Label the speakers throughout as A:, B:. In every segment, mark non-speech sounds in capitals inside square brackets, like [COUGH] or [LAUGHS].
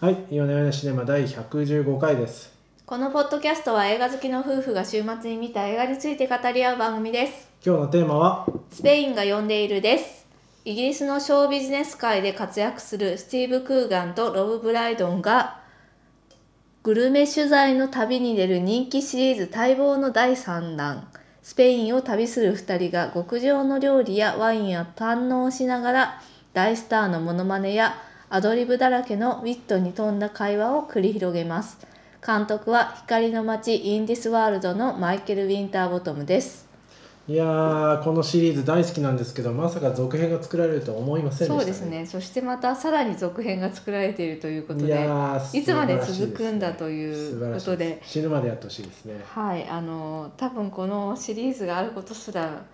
A: はい、夜な夜なシネマ第115回です。
B: このポッドキャストは映画好きの夫婦が週末に見た映画について語り合う番組です。
A: 今日のテーマは、
B: スペインが呼んでいるです。イギリスのショービジネス界で活躍するスティーブ・クーガンとロブ・ブライドンがグルメ取材の旅に出る人気シリーズ待望の第3弾スペインを旅する2人が極上の料理やワインを堪能しながら大スターのモノマネやアドリブだらけのウィットに富んだ会話を繰り広げます監督は光の街インディスワールドのマイケル・ウィンターボトムです
A: いやー、このシリーズ大好きなんですけど、まさか続編が作られるとは思いませんでした、
B: そうです。ねそしてまたさらに続編が作られているということ
A: い
B: で
A: やー、
B: いつまで続
A: 素晴らし
B: く
A: いすね
B: んだとい
A: 素晴
B: うこと
A: らしい
B: です
A: 死ぬまでやってほしいですね。
B: はいあの多分このシリーズがあることすら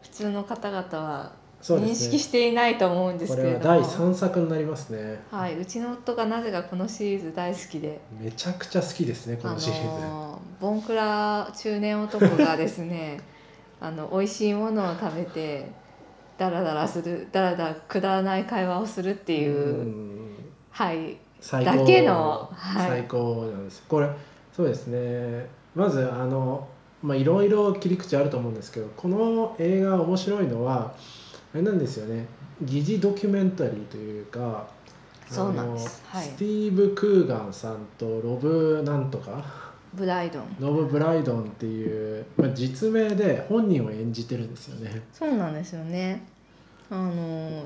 B: 普通の方々は
A: そう
B: 認
A: です
B: 識
A: ね。
B: していないと思うんです
A: こ
B: け
A: れ
B: れ
A: は
B: ども
A: 第3作になりますね。
B: はい、うちの夫がなぜかこのシリーズ大好きで。
A: めちゃくちゃ好きですね、こ
B: あ
A: のシリーズ。
B: のボンクラ中年男がですね [LAUGHS] あの美味しいものを食べてダラダラするダラダラくだらない会話をするっていう、
A: うん
B: はい
A: 最
B: だけのはい
A: 最高なんですこれそうですねまずあのまあいろいろ切り口あると思うんですけどこの映画面白いのはあれなんですよね疑似ドキュメンタリーというか
B: そうなんです
A: あの
B: はい
A: スティーブ・クーガンさんとロブなんとか
B: ブライドン
A: ロブ・ブライドンっていう、まあ、実名で本人を演じてるんですよね。
B: そうなんですよねあの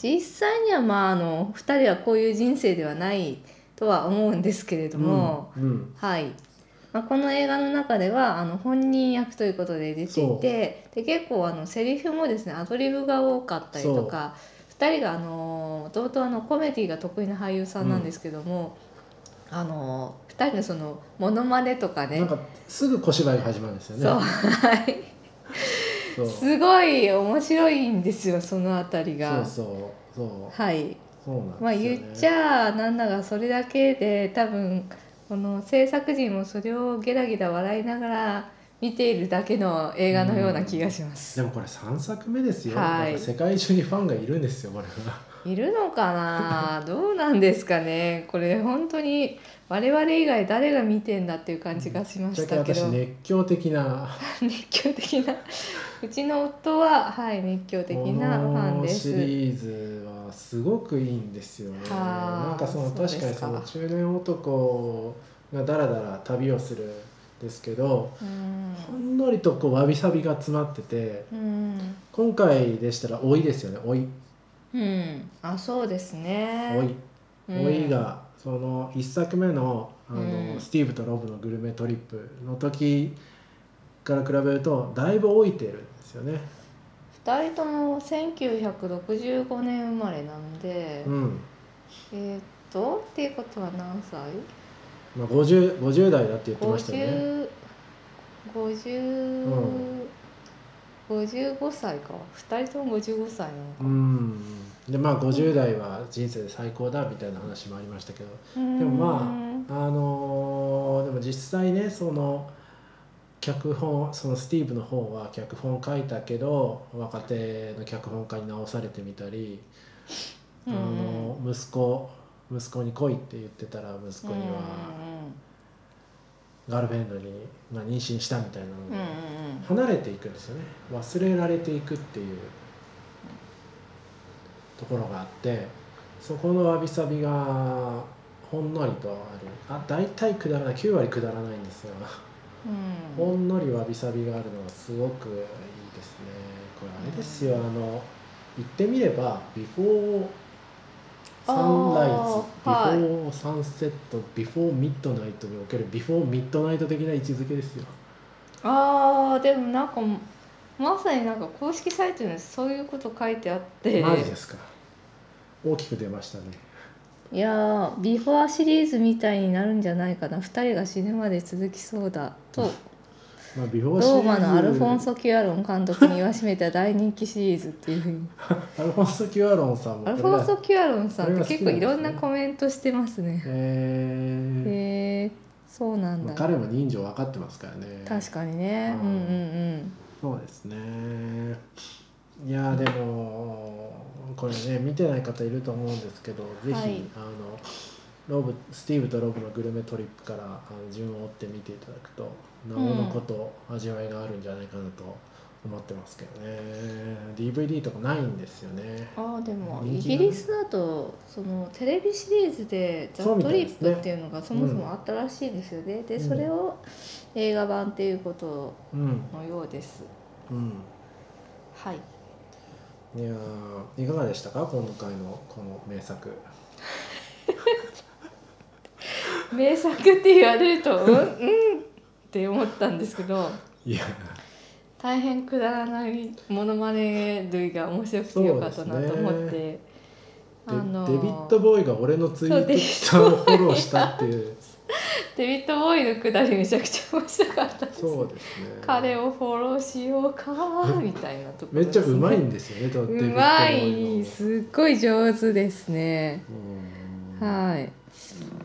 B: 実際にはまああの2人はこういう人生ではないとは思うんですけれども、
A: うんうん
B: はい、まあ、この映画の中ではあの本人役ということで出ていてで結構あのセリフもですねアドリブが多かったりとか2人があのもともとあのコメディが得意な俳優さんなんですけども、あの2人のそのモノマネとかね
A: なんかすぐ小芝居が始まるんですよね。
B: そうはい
A: そう
B: すごい面白いんですよそのあたりが
A: そうそうそう
B: はい
A: そうなんですよね。
B: まあ言っちゃなんだがそれだけで多分この制作陣もそれをゲラゲラ笑いながら見ているだけの映画のような気がします
A: で、もこれ3作目ですよ、
B: はい
A: なんか世界中にファンがいるんですよこれが
B: いるのかなどうなんですかねこれ本当に我々以外誰が見てんだっていう感じがしま
A: ぶっちゃ
B: し
A: け
B: たけ
A: 私
B: ど、
A: 熱狂的な
B: 熱狂的なうちの夫ははい熱狂的なファンで
A: こ
B: す
A: のシリーズはすごくいいんですよね
B: はあ
A: なんかその
B: そうです
A: 確
B: か
A: かにその中年男がダラダラ旅をするんですけど
B: うん
A: ほんのりとこうわびさびが詰まってて
B: うん
A: 今回でしたら老いですよね老い
B: うん、あそうですね。
A: 老い
B: うん
A: 老いがその1作目のあの、
B: うん
A: スティーブとロブのグルメトリップの時から比べるとだいぶ老いてるんですよね。
B: 二人とも1965年生まれなので、
A: うん
B: えーっとっていうことは何歳
A: まあ、50, 50代だって言ってましたよね。
B: ?50 50、
A: うん
B: 55歳か二人とも55歳なの
A: う
B: か、
A: んでまあ50代は人生で最高だみたいな話もありましたけど
B: うん
A: でもまあのーでも実際ねその脚本そのスティーブの方は脚本書いたけど若手の脚本家に直されてみたりあ
B: うん
A: の息子息子に来いって言ってたら息子にはガールフレンドに、まあ、妊娠したみたいなの
B: うんうんうんうん
A: で離れていくんですよね忘れられていくっていうところがあってそこのわびさびがほんのりとあるあ大体くだらない9割くだらないんですよ
B: うんうん
A: ほんのりわびさびがあるのがすごくいいですねこれあれですよあの言ってみればビフォーサンライ
B: あー
A: ズビフォーサンセットビフォーミッドナイトにおけるビフォーミッドナイト的な位置づけですよ
B: あーでもなんかまさになんか公式サイトにそういうこと書いてあって
A: マジですか大きく出ましたね
B: いやービフォーシリーズみたいになるんじゃないかな2人が死ぬまで続きそうだと
A: まあビフォーシリー
B: ロー
A: ズ
B: マのアルフォンソ・キュアロン監督に言わしめた大人気シリーズっていうふう
A: [LAUGHS]
B: に
A: アルフォンソ・キュアロンさんも
B: アルフォンソ・キュアロンさんっ
A: こ
B: て
A: れが好きなんですね
B: 結構いろんなコメントしてますね
A: えー
B: へえそうなん
A: まあ、
B: だ
A: 彼も人情分かってますからね
B: 確かにね
A: う
B: うんんうん
A: そうですねいやーでもこれね見てない方いると思うんですけどぜひ、
B: はい
A: あのロブスティーブとロブのグルメトリップからあの順を追って見ていただくとなおのこと味わいがあるんじゃないかなと思ってますけどね、DVD とかないんですよね
B: あーでもイ
A: 人気がね
B: ギリスだとそのテレビシリーズで「ザ・
A: そうみ
B: ト
A: たい
B: リ
A: で
B: ッ
A: すね
B: プ」っていうのがそもそもあったらしいですよね、でそれを映画版っていうこと
A: うん
B: のようです
A: うん
B: はい
A: いやーいかがでしたか今回のこの名作
B: 名作って言われると「うんうん」って思ったんですけど
A: いや
B: 大変くだらないモノマネ類が面白くてよかったなと思っ
A: デ
B: て、
A: デビッド・ボーイが俺のツイ
B: そうデビ
A: ー
B: ッ
A: トをフォローしたっていう
B: デビッド・ボーイのくだりめちゃくちゃ面白かったです
A: そうですね
B: 彼をフォローしようかみたいなところ
A: めっちゃうまいん
B: です
A: ですよねと
B: ねう
A: デビ
B: ま
A: ッドボーイ
B: い
A: の
B: すっごい上手ですね
A: うん
B: はい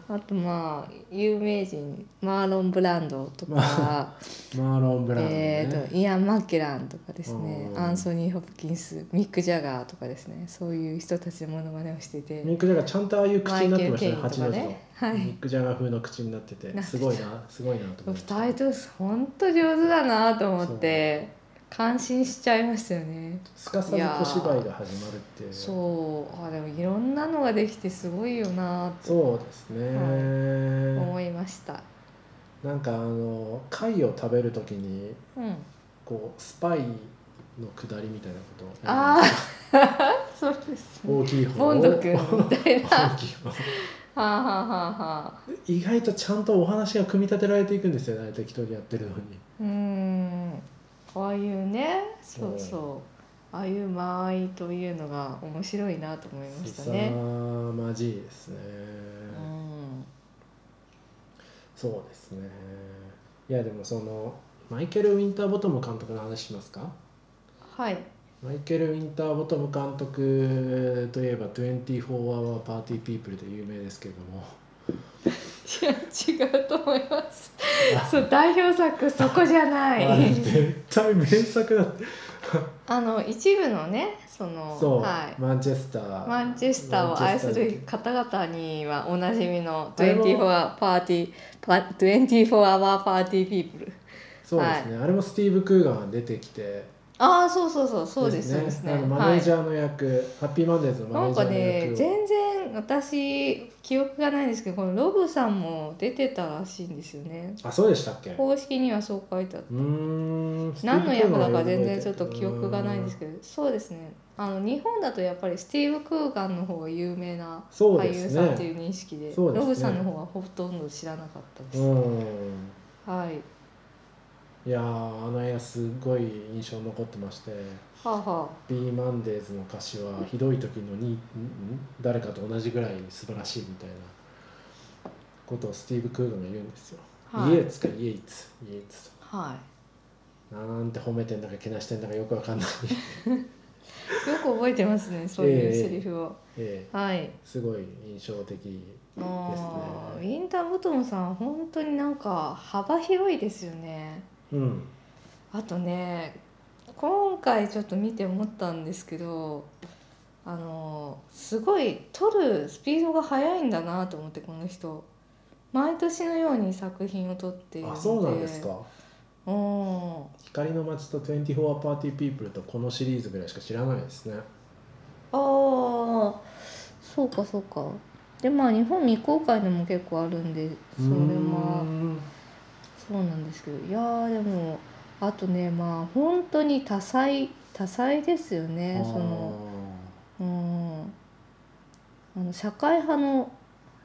B: あとまあ有名人マーロン・ブランドと
A: ま
B: か、
A: マーロン・ブラウン、ね
B: えー、とイアン・マッケランとかですね
A: うん
B: アンソニー・ホプキンスミック・ジャガーとかですねそういう人たちのモノマネをしてて
A: ミック・ジャガーちゃんとああいう口になってましたね
B: マイケ
A: 八
B: ル
A: の字
B: ケインとか
A: の
B: ね、はい
A: ミック・ジャガー風の口になってて
B: なってた
A: すごいなすごいなと思っ
B: 二人とも本当上手だなと思って感心しちゃいましたよね
A: すかさず小芝居が始まるっていうそう
B: そうあでもいろんなのができてすごいよなって
A: ですね、
B: 思いました
A: なんかあの貝を食べるときに
B: うん
A: こうスパイの下りみたいなことを
B: ああ [LAUGHS] そうですね
A: 大きい方
B: ボンド君
A: 大
B: みたいなは
A: きい方
B: あはあはあはあ
A: 意外とちゃんとお話が組み立てられていくんですよね適当にやってるのに
B: うーんああいうねそうそうああいう間合いというのが面白いなと思いました
A: 凄
B: ね
A: まじいですね、
B: うん
A: そうですねいやでもそのマイケル・ウィンターボトム監督の話しますか
B: はい
A: マイケル・ウィンターボトム監督といえば24 Hour Party People で有名ですけれども
B: いや違うと思いますそう代表作そこじゃな
A: あれ [LAUGHS]
B: い。
A: 絶対名作だ
B: [LAUGHS]
A: って
B: あの一部のねその
A: そう、
B: はい。
A: マンチェスター
B: マンチェスターを愛する方々にはおなじみの24アパーティーパ24アワーパーティーピープル。
A: そうですね、あれもスティーブ・クーガンが出てきて
B: ああそうそうそうそうですそうですね。
A: あのマ
B: は
A: ネージ
B: い。
A: ャーの役、ハッピーマンデーズのマ
B: な
A: ネ
B: ん
A: ージャ
B: か
A: ーの
B: ね
A: 役を
B: 全然私記憶がないんですけどこのロブさんも出てたらしいんですよね。
A: あそうでしたっけう
B: 公式にはそう書いてあった。
A: ーん
B: 何の役だか全然ちょっと
A: スティ
B: 記
A: ーブク
B: 憶
A: ーガ
B: が
A: ン
B: ないんです
A: け
B: けどそうですねあの日本だとやっぱりスティーブ・クーガンの方が有名な
A: どそうで
B: 俳優
A: す
B: さんってい
A: ね
B: う認識で
A: そうですね
B: ロブさんの方はほとんど知らなかったです、
A: うん
B: はい
A: いやーあの映画すごい印象に残ってまして
B: はあは
A: B マンデーズの歌詞はひどい時のにんん誰かと同じぐらい素晴らしいみたいなことをスティーブ・クーガンが言うんですよ。
B: あはい
A: イエーツかイエイツイエイツ
B: は
A: なんて褒めてんだかけなしてんだかよくわかんない、 [LAUGHS]
B: い、よく覚えてますねそういうセリフを、
A: ええ
B: はい
A: すごい印象的
B: あー
A: です
B: ウィンターボトムさんは本当になんか幅広いですよね
A: うん
B: あとね今回ちょっと見て思ったんですけどあのすごい撮るスピードが速いんだなと思ってこの人毎年のように作品を撮っているの
A: あ
B: で
A: そうなんですか
B: うん
A: 光の街と24 Hour Party People とこのシリーズぐらいしか知らないですね
B: あーそうかそうかでまあ日本未公開のも結構あるんでそれ
A: うー
B: は
A: ん
B: そうなんですけどいやーでもあとねまあ本当に多彩多彩ですよねその。うんあの社会派の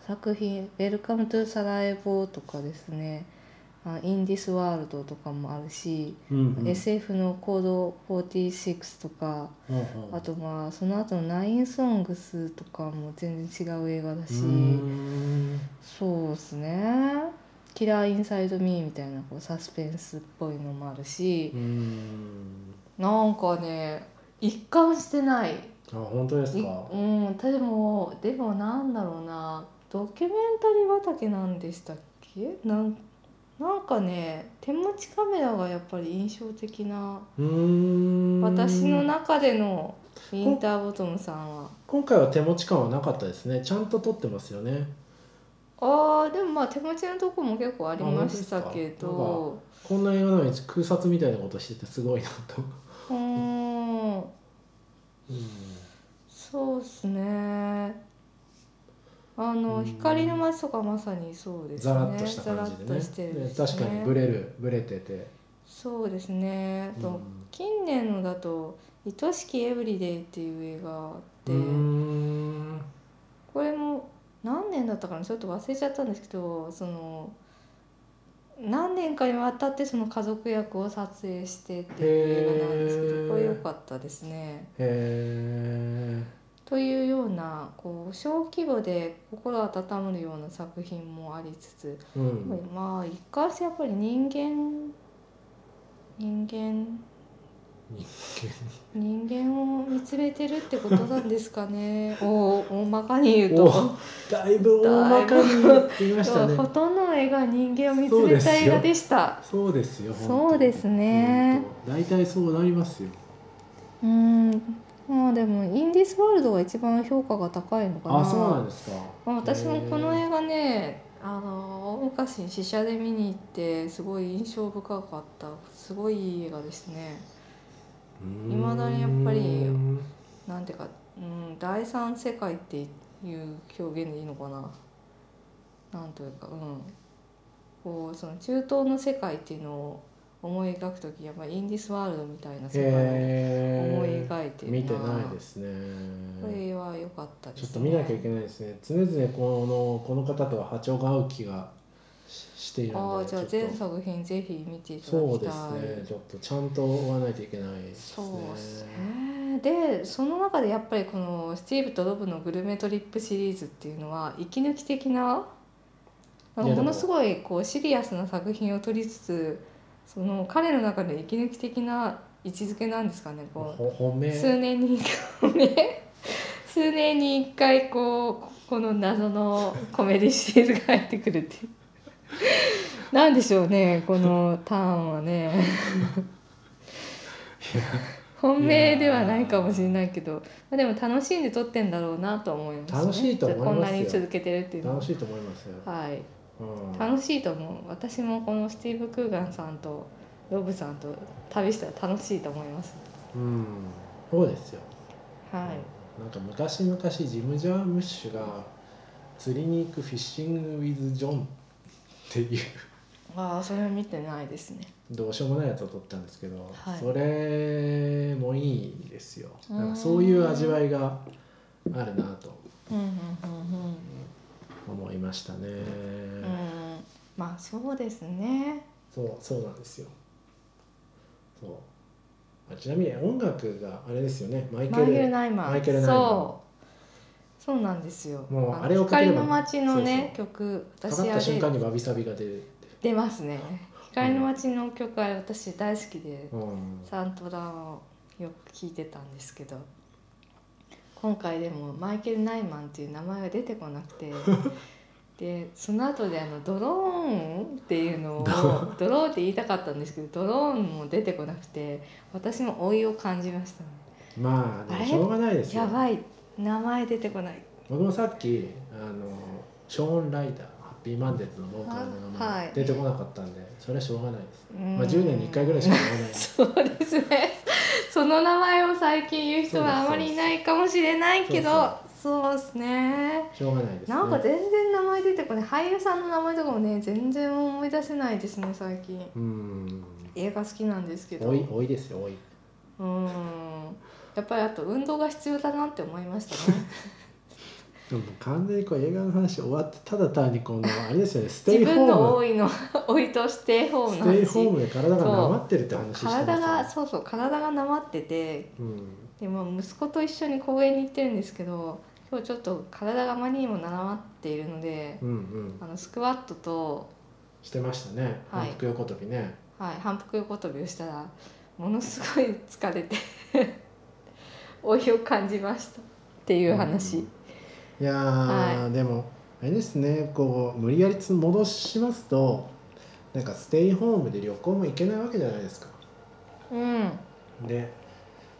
B: 作品「ウェルカム・トゥ・サラエボ」とかですね「あインディス・ワールド」とかもあるし、
A: あーうんうん
B: SF の「コード46」とか、
A: うんうん
B: あとまあその後の「ナイン・ソングス」とかも全然違う映画だ
A: う
B: し、
A: ーん
B: そうですね「キラー・インサイド・ミー」みたいなこうサスペンスっぽいのもあるし
A: うー、ん
B: なんかね一貫してない
A: あ本当です
B: い
A: か
B: うんでもでもなんだろうなドキュメンタリー畑なんでしたっけなんなんかね手持ちカメラがやっぱり印象的な
A: うーん
B: 私の中でのウィンターボトムさんは
A: 今回は手持ち感はなかったですねちゃんと撮ってますよね
B: ああでもまあ手持ちのとこも結構ありましたけど
A: こんな映画なのに空撮みたいなことしててすごいなと、
B: うーん
A: うん、
B: そうっすねあの、
A: うん
B: 光の街とかまさにそうですね
A: ザラッとした感じで
B: ザラ
A: ね
B: ッとしてる
A: で
B: んですね
A: 確かにブレるブレてて、
B: そうですねあと、
A: うん
B: 近年のだと「愛しきエブリデイ」っていう映画あって、
A: うーん
B: これも何年だったかなちょっと忘れちゃったんですけどその何年かにわたってその家族役を撮影してっていう映画なんですけ
A: へー
B: どこれ良かったですね。
A: へ
B: というようなこう小規模で心温まるような作品もありつつ、
A: え、うん、
B: まあ一貫してやっぱり人間人間人間を見つめてるってことなんですか
A: [LAUGHS]
B: ねお大まかに言うと。
A: おだいぶ大まかに言ってみましたね
B: ほとんどの映画は人間を見つめた映画でした
A: そうですよ
B: そうですね
A: だいたいそうなりますよ
B: うんまあでもインディスワールドが一番評価が高いのかな
A: あそうなんですか
B: まあ私もこの映画ねあの大昔に試写で見に行ってすごい印象深かったすごいいい映画ですね
A: ま
B: 未だにやっぱりなんていうか、うん、第三世界っていう表現でいいのかななんというかうんこうその中東の世界っていうのを思い描く時やっぱりインディスワールドみたいな世界を思い
A: え
B: 描いて
A: 見てないですすね
B: これは良かったです、
A: ちょっと見なきゃいけないですね常々このこの方とは波長が合う気がししている
B: あ
A: の
B: あ
A: で
B: じゃあ
A: ちょっ
B: 全
A: と
B: 作品ぜひ見ていただ
A: そう
B: き
A: で
B: たい
A: すねちょっとちゃんと追わないといけないですね
B: そうですねでその中でやっぱりこのスティーブとロブのグルメトリップシリーズっていうのは息抜き的なな
A: や
B: いん
A: でも
B: かものすごいこうシリアスな作品を取りつつその彼の中で息抜き的な位置づけなんですかねこう、
A: ほ褒め
B: 数年に一回ね [LAUGHS] 数年に一回こうこの謎のコメディシリーズが入ってくるっていうなんでしょうねこのターンはね本命ではないかもしれないけどまあでも楽しんで撮ってんだろうなと思います、ね、
A: 楽しいと思いますよ
B: こんなに続けてるっていうのは
A: 楽しいと思いますよ、
B: はい
A: うん、
B: 楽しいと思う私もこのスティーブ・クーガンさんとロブさんと旅したら楽しいと思います
A: うんそうですよ
B: はい、
A: なんか昔々ジム・ジャームッシュが釣りに行くフィッシング・ウィズ・ジョンっていう
B: ああそれは見てないですね
A: どうしようもないやつを撮ったんですけど、
B: はい
A: それもいいですよ
B: うん
A: なんかそういう味わいがあるなと
B: うんうん
A: 思いましたね、
B: うんうんうんまあそうですね
A: そうそうなんですよそうあちなみに音楽があれですよねマイケ
B: マイケル・
A: ル
B: ナイマン
A: マイケルナイマン
B: そうそうなんですよ
A: もう
B: の
A: あれをかけ
B: 光
A: れば
B: の街のね曲
A: か
B: 私
A: かっ
B: あ
A: た瞬間
B: れ
A: にわびさびが出るって、
B: 出ますね光の街の曲は私大好きで、
A: うん、
B: サントラをよく聞いてたんですけど今回でもマイケル・ナイマンっていう名前が出てこな
A: [LAUGHS]
B: くてでその後であのドローンっていうのをドローンって言いたかったんですけどドローンも出てこなくて私も老いを感じましたね
A: まあで
B: あ
A: も
B: れ
A: しょうがないですよ
B: やばい名前出てこない
A: 僕もさっきあのショーン・ライダーハッピーマンデーズのボーカルの名
B: は
A: 前
B: い
A: 出てこなかったんでそれはしょうがないです、
B: ま
A: まあ、10年に1回ぐらいしか言わ
B: [LAUGHS]
A: ないです
B: そうですねその名前を最近言う人はあまりいないかもしれないけどそうですね
A: しょうがないです、ね、
B: なんか全然名前出てこない俳優さんの名前とかもね全然思い出せないですね最近
A: うん
B: 映画好きなんですけど
A: 多
B: う
A: い多いですよ多い
B: ーんやっぱりあと運動が必要だなって思いましたね
A: でも完全にこう映画の話終わってただ単にこのあれですよね [LAUGHS] ステ
B: [LAUGHS] 自
A: イホ
B: 分の
A: ー
B: 多いの [LAUGHS] 多いとステイホー
A: ム
B: ム
A: ス
B: の
A: テイ
B: 話
A: ホームで体がなまってるって話してますよ
B: 体がそうそう体がなまってて
A: うん
B: でも息子と一緒に公園に行ってるんですけど今日ちょっと体があまりにもなまっているので
A: うんうん
B: あのスクワットと
A: してましたね
B: はい
A: 反復横跳びね、
B: はい、反復横跳びをしたらものすごい疲れて [LAUGHS] 老いを感じましたっていう話、
A: うんいやー、でもあれですねこう無理やりつ戻しますとなんかステイホームで旅行も行けないわけじゃないですか
B: うん
A: で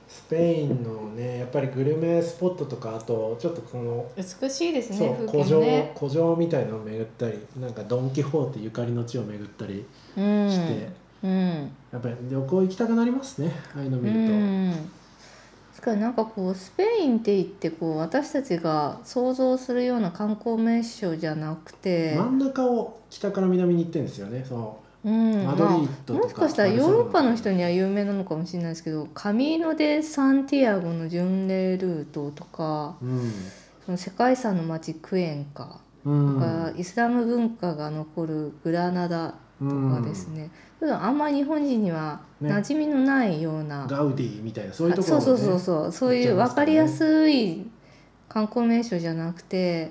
A: スペインのねやっぱりグルメスポットとかあとちょっとこの
B: 美しいです
A: そ
B: ね
A: う
B: 風
A: 古
B: 景
A: 城
B: ね
A: 古城みたいのを巡ったりなんかドン・キホーテゆかりの地を巡ったり
B: う
A: して、
B: んうん
A: やっぱり旅行行きたくなりますねああいうの見ると。
B: うん確かになんかこうスペインって言ってこう私たちが想像するような観光名所じゃなくて、
A: 真ん中を北から南に行ってんですよね。そ
B: うん
A: うマ
B: ま
A: ドリ
B: あ
A: ードとか、
B: もしかしたら
A: バルセロ
B: ヨー
A: ナ
B: ロッパの人には有名なのかもしれないですけどカミーノ・デ・サンティアゴの巡礼ルートとか
A: うん、
B: その世界遺産の街クエンカ
A: うん、
B: とか、イスラム文化が残るグラナダとかですね、普段あんまり日本人には
A: ね
B: 馴染みのないような、
A: ガウディみたいなそういうとこ
B: そ
A: ろ
B: う
A: も、ね、
B: そうそうそうそうい
A: 行っ
B: う
A: ちゃいま
B: 分
A: す
B: か
A: から
B: り
A: ね
B: やすい観光名所じゃなくて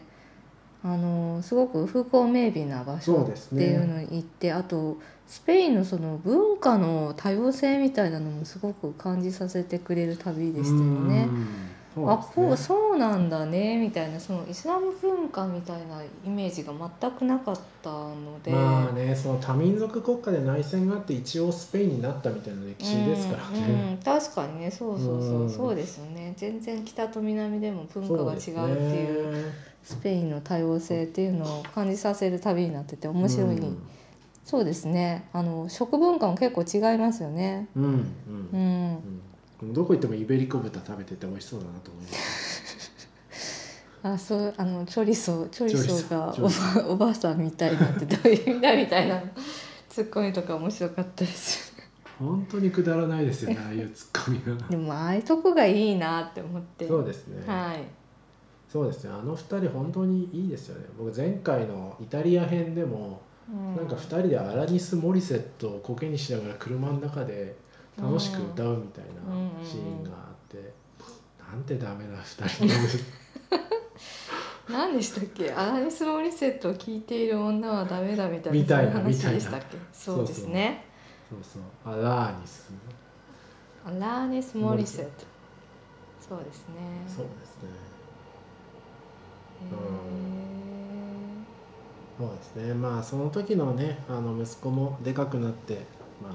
B: あのすごく風光明媚な場所
A: そう
B: っ
A: です
B: て
A: ね
B: いうのに行って、あとスペインのその文化の多様性みたいなのもすごく感じさせてくれる旅でしたよね
A: う。んそう
B: あこう
A: ですね
B: そうなんだねみたいなそのイスラム文化みたいなイメージが全くなかったので、
A: まあねその多民族国家で内戦があって一応スペインになったみたいな歴史ですからね、
B: うんうん、確かにねそうそうそう、
A: うん
B: そうですよね全然北と南でも文化
A: そ
B: が
A: う
B: 違
A: ですね
B: うっていうスペインの多様性っていうのを感じさせる旅になってて面白い、
A: うん
B: そうですねあの食文化も結構違いますよね
A: うん
B: う
A: うん
B: ん
A: うんどこ行ってもイベリコ豚食べてて美味しそうだなと思います。
B: あそうあのチョリソチョリソが
A: チョ
B: お
A: リソ
B: ばお [LAUGHS] ばあさんみたいになってどういう意味だみた
A: [LAUGHS]
B: いなツッコミとか面白かったです
A: 本当にくだらないです
B: [LAUGHS]
A: よね、ああいうツッコミが。
B: でもああいうとこがいいなって思って
A: そうですね。
B: はい
A: そうですね。あの二人本当にいいですよね。僕前回のイタリア編でも、
B: うん
A: なんか二人でアラニス・モリセットをコケにしながら車の中で楽しく歌うみたいな
B: うん
A: シーンがあって、なんてダメな二人の
B: [LAUGHS] 何でしたっけアラニス・モリセットを聞いている女はダメだみたいな
A: みたいな
B: そうう話でしたっけ
A: いな
B: そうですね
A: そうそうアラーニス
B: アラーニス・モリセットそうですね
A: そうですね
B: へ
A: そ
B: ー
A: うですねまあその時のねあの息子もでかくなってまあ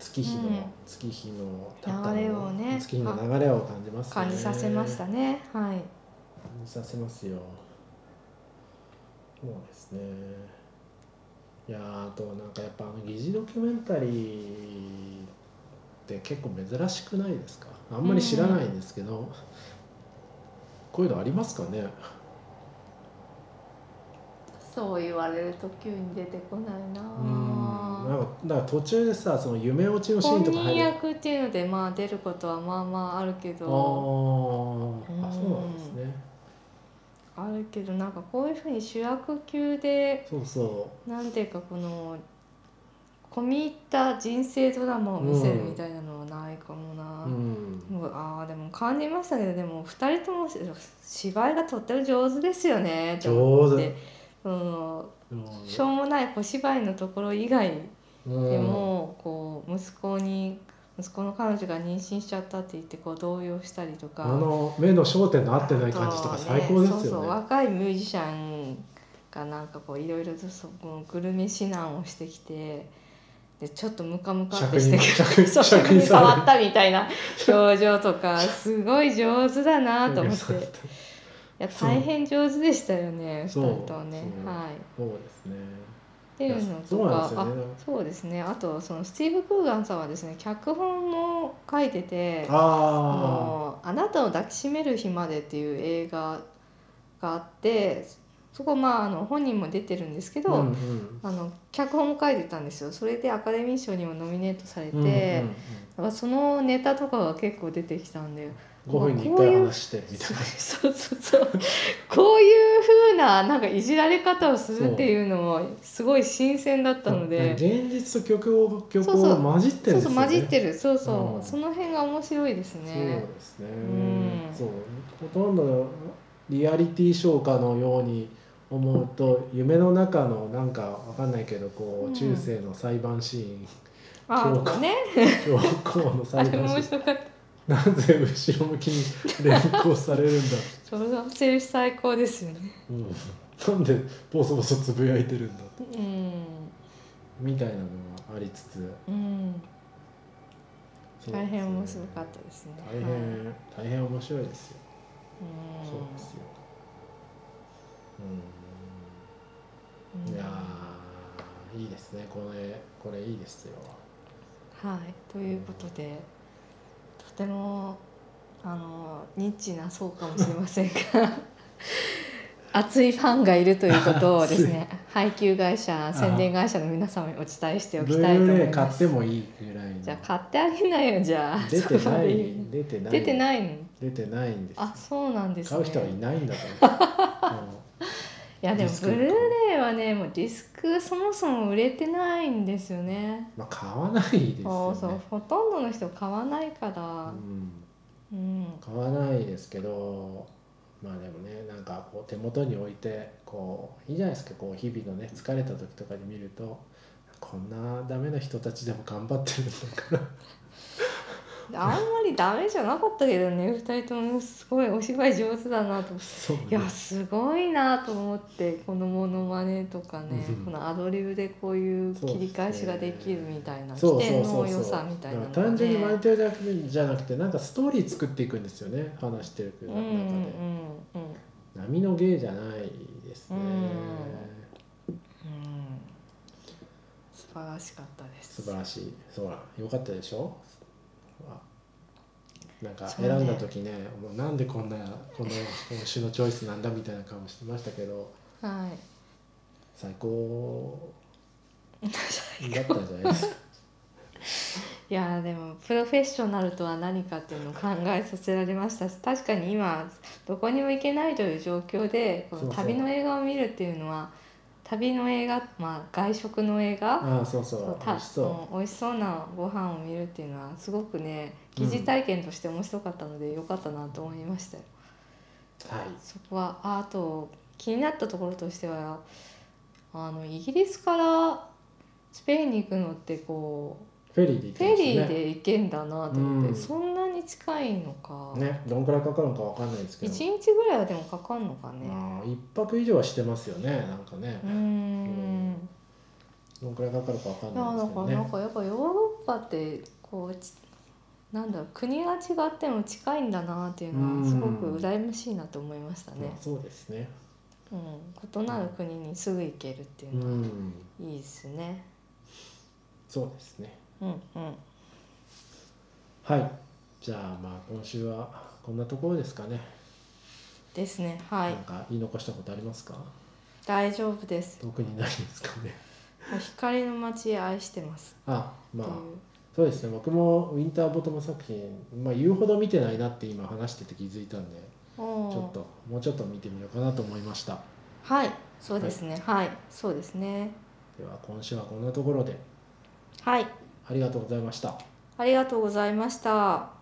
A: 月日の、
B: うん
A: 月日の
B: 流れをね
A: 月日の流れを感じますね
B: 感じさせましたねはい
A: 感じさせますよそうですねいやーあとなんかやっぱあの疑似ドキュメンタリーって結構珍しくないですかあんまり知らないんですけど、こういうのありますかね
B: そう言われると急に出てこないな
A: うんなん
B: ぁ
A: かだから途中でさその夢落ちのシー
B: 本
A: ンとか入
B: 人
A: る
B: 役っていうのでまあ出ることはまあまああるけ
A: あ
B: ど
A: ー
B: うん
A: あそうなんですね
B: あるけどなんかこういうふうに主役級で
A: そうそ
B: なんていうかこの込み入った人生ドラマを見せるみたいなのはないかも
A: う
B: な、
A: うん
B: もうあーでも感じましたけどでも2人とも芝居がとっても上手ですよねと思って
A: 上
B: その
A: うん
B: しょうもない小芝居のところ以外
A: うん
B: でも、こう息子に息子の彼女が妊娠しちゃったって言ってこう動揺したりとか。
A: あの目の焦点の合ってない感じとか最高ですよね
B: そうそう若いミュージシャンがなんかこういろいろとそこのグルメ指南をしてきてでちょっとムカムカってして
A: 尺に
B: [LAUGHS] そう
A: 尺に
B: 尺に触
A: 触る
B: ったみたいな表情
A: [LAUGHS]
B: とかすごい上手だなと思ってい
A: そう
B: や大変上手でしたよね2
A: そう
B: 人ともね
A: そう
B: はい。
A: ですね
B: っていうのと
A: そうなんで
B: か
A: すよ
B: あ
A: ね
B: そうですねあとそのスティーブ・クーガンさんはですね脚本も書いててあ
A: あ
B: の「あなたを抱きしめる日まで」っていう映画があってそこまああの本人も出てるんですけ
A: あ
B: ど、あの脚本も書いてたんですよそれでアカデミー賞にもノミネートされて、だからそのネタとかが結構出てきたんで
A: 5分に
B: ま
A: 1
B: あこう
A: 回
B: いう
A: 話してみたいな
B: そうそうそうこういう風ななんかいじられ方をするっていうのもすごい新鮮だったので。
A: 現実と曲を曲
B: そう
A: を
B: そう
A: 混じって
B: そ
A: るん
B: う
A: です
B: そ
A: よね
B: う混じってるそうそう、
A: うん
B: その辺が面白いですね
A: そうですね、
B: うん
A: そうほとんどリアリティショーかのように思うと夢の中のなんかわかんないけどこ
B: うん
A: う中世の裁判シーン、
B: ああ
A: そう
B: と
A: か
B: かね
A: 教皇の
B: あ
A: 裁
B: れも
A: 判
B: 面
A: シーン
B: 白かった
A: なぜ後ろ向きに連行されるんだ、
B: そのセリフ最高ですよね
A: うん、なんでボソボソつぶやいてるんだと
B: うん
A: みたいなのがありつつ
B: うん
A: そうですね
B: 大変面白かったですね
A: 大
B: はい
A: 変、大変面白いですよ
B: うん
A: そうですよ
B: う
A: うんんいやーいいですねこれこれいいですよ
B: はい、ということでとてもあのニッチな層かもしれませんが
A: [LAUGHS]
B: 熱いファンがいるということをですね配給会社宣伝会社の皆様にお伝えしてお
A: ブ
B: き
A: ル
B: たいと思
A: ー
B: い
A: レイ買
B: ま
A: っ
B: す
A: てもいいぐらいの
B: じゃあ買ってあげないよじゃあ
A: 出てな
B: [LAUGHS]
A: い
B: そこまで
A: 出てない
B: 出て
A: い
B: ないの
A: 出てないんですよ
B: あそうなんですね
A: 買う人はいないんだと思う [LAUGHS]
B: いやでも
A: ディス
B: ブ
A: ク
B: ルーレイはねもうディスクそもそも売れてないんですよね
A: うんまあ買わないです
B: そ
A: よ
B: うそう
A: ね
B: ほとんどの人買わないから
A: うん
B: うん
A: 買わないですけどまあでもねなんかこう手元に置いてこういいじゃないですかこう日々のね疲れた時とかに見るとこんなダメな人たちでも頑張ってるんだか
B: あんまりダメじゃなかったけどね2人ともすごいお芝居上手だなと
A: らそう
B: い
A: ね
B: やすごいなと思ってこのモノマネとかね
A: うん
B: このアドリブでこういう
A: そうで
B: 切
A: すね
B: り返しができるみたいな
A: そう
B: 起
A: そう
B: 点
A: そ
B: の
A: うそ
B: 良
A: う
B: さみたいなの
A: だ
B: が
A: から単純にマネ
B: ね
A: てるだけじゃなくてなんかストーリー作っていくんですよね話してる
B: う
A: 中
B: ん
A: で、
B: うんうんうん
A: 波の芸じゃないですね、
B: うんうん素晴らしかったです
A: 素晴らしいそうだ良かったでしょあなんか
B: そう
A: 選
B: ね
A: んだ時ねもうなんでこんなこの今週のチョイスなんだみたいな顔してましたけど
B: はい
A: 最
B: [LAUGHS]
A: 高だったんじゃないですか
B: いやーでもプロフェッショナルとは何かっていうのを考えさせられましたし確かに今どこにも行けないという状況でこ
A: そ
B: の
A: うそう
B: 旅の映画を見るっていうのは旅の映画、まあ、外食の映画
A: ああそうそ
B: そうう
A: 美
B: た
A: 味しそう
B: うん美味しそうなご飯を見るっていうのはすごくね疑似体験として面白かったので良かったなと思いましたよ。
A: はい
B: そこはああと気になったところとしてはあのイギリスからスペインに行くのってこう
A: フェリーで行っ
B: フ
A: て
B: ェ
A: ま
B: リー
A: し
B: で行けんだなと思って、
A: うん
B: そんなに近いのか、
A: たねねどんくらいかかるのかわかんないですけ
B: 一
A: ど
B: 日ぐらいはでもかかんのかね
A: まあ一泊以上はしてますよねなんかね
B: うーん
A: どんくらいかかるかわかん
B: い
A: な
B: や
A: いで
B: だ
A: すけ
B: か
A: ど
B: ら
A: ね
B: なんかやっぱヨーロッパってこうちなんだろう国が違っても近いんだなっていうの
A: う
B: は
A: ん
B: すごく羨ましいなと思いましたね
A: まあ、そうですね
B: うん、異なる国にすぐ行けるってい
A: う
B: うのは
A: ん
B: いいですね
A: そうですね
B: うんうん
A: はいじゃあまあ今週はこんなところですかね
B: ですねはい、
A: なんか言い残したことありますか
B: 大丈夫です
A: 特にないですか
B: [LAUGHS]
A: ね
B: 光の街愛してます
A: あま
B: っていう、
A: あそうですね僕もウィンターボトム作品、まあ、言うほど見てないなって今話してて気づいたんでち
B: おー
A: ょっともうちょっと見てみようかなと思いました
B: はい、そうですね。はい、そうですね。
A: では今週はこんなところで
B: はい、
A: ありがとうございました
B: ありがとうございました。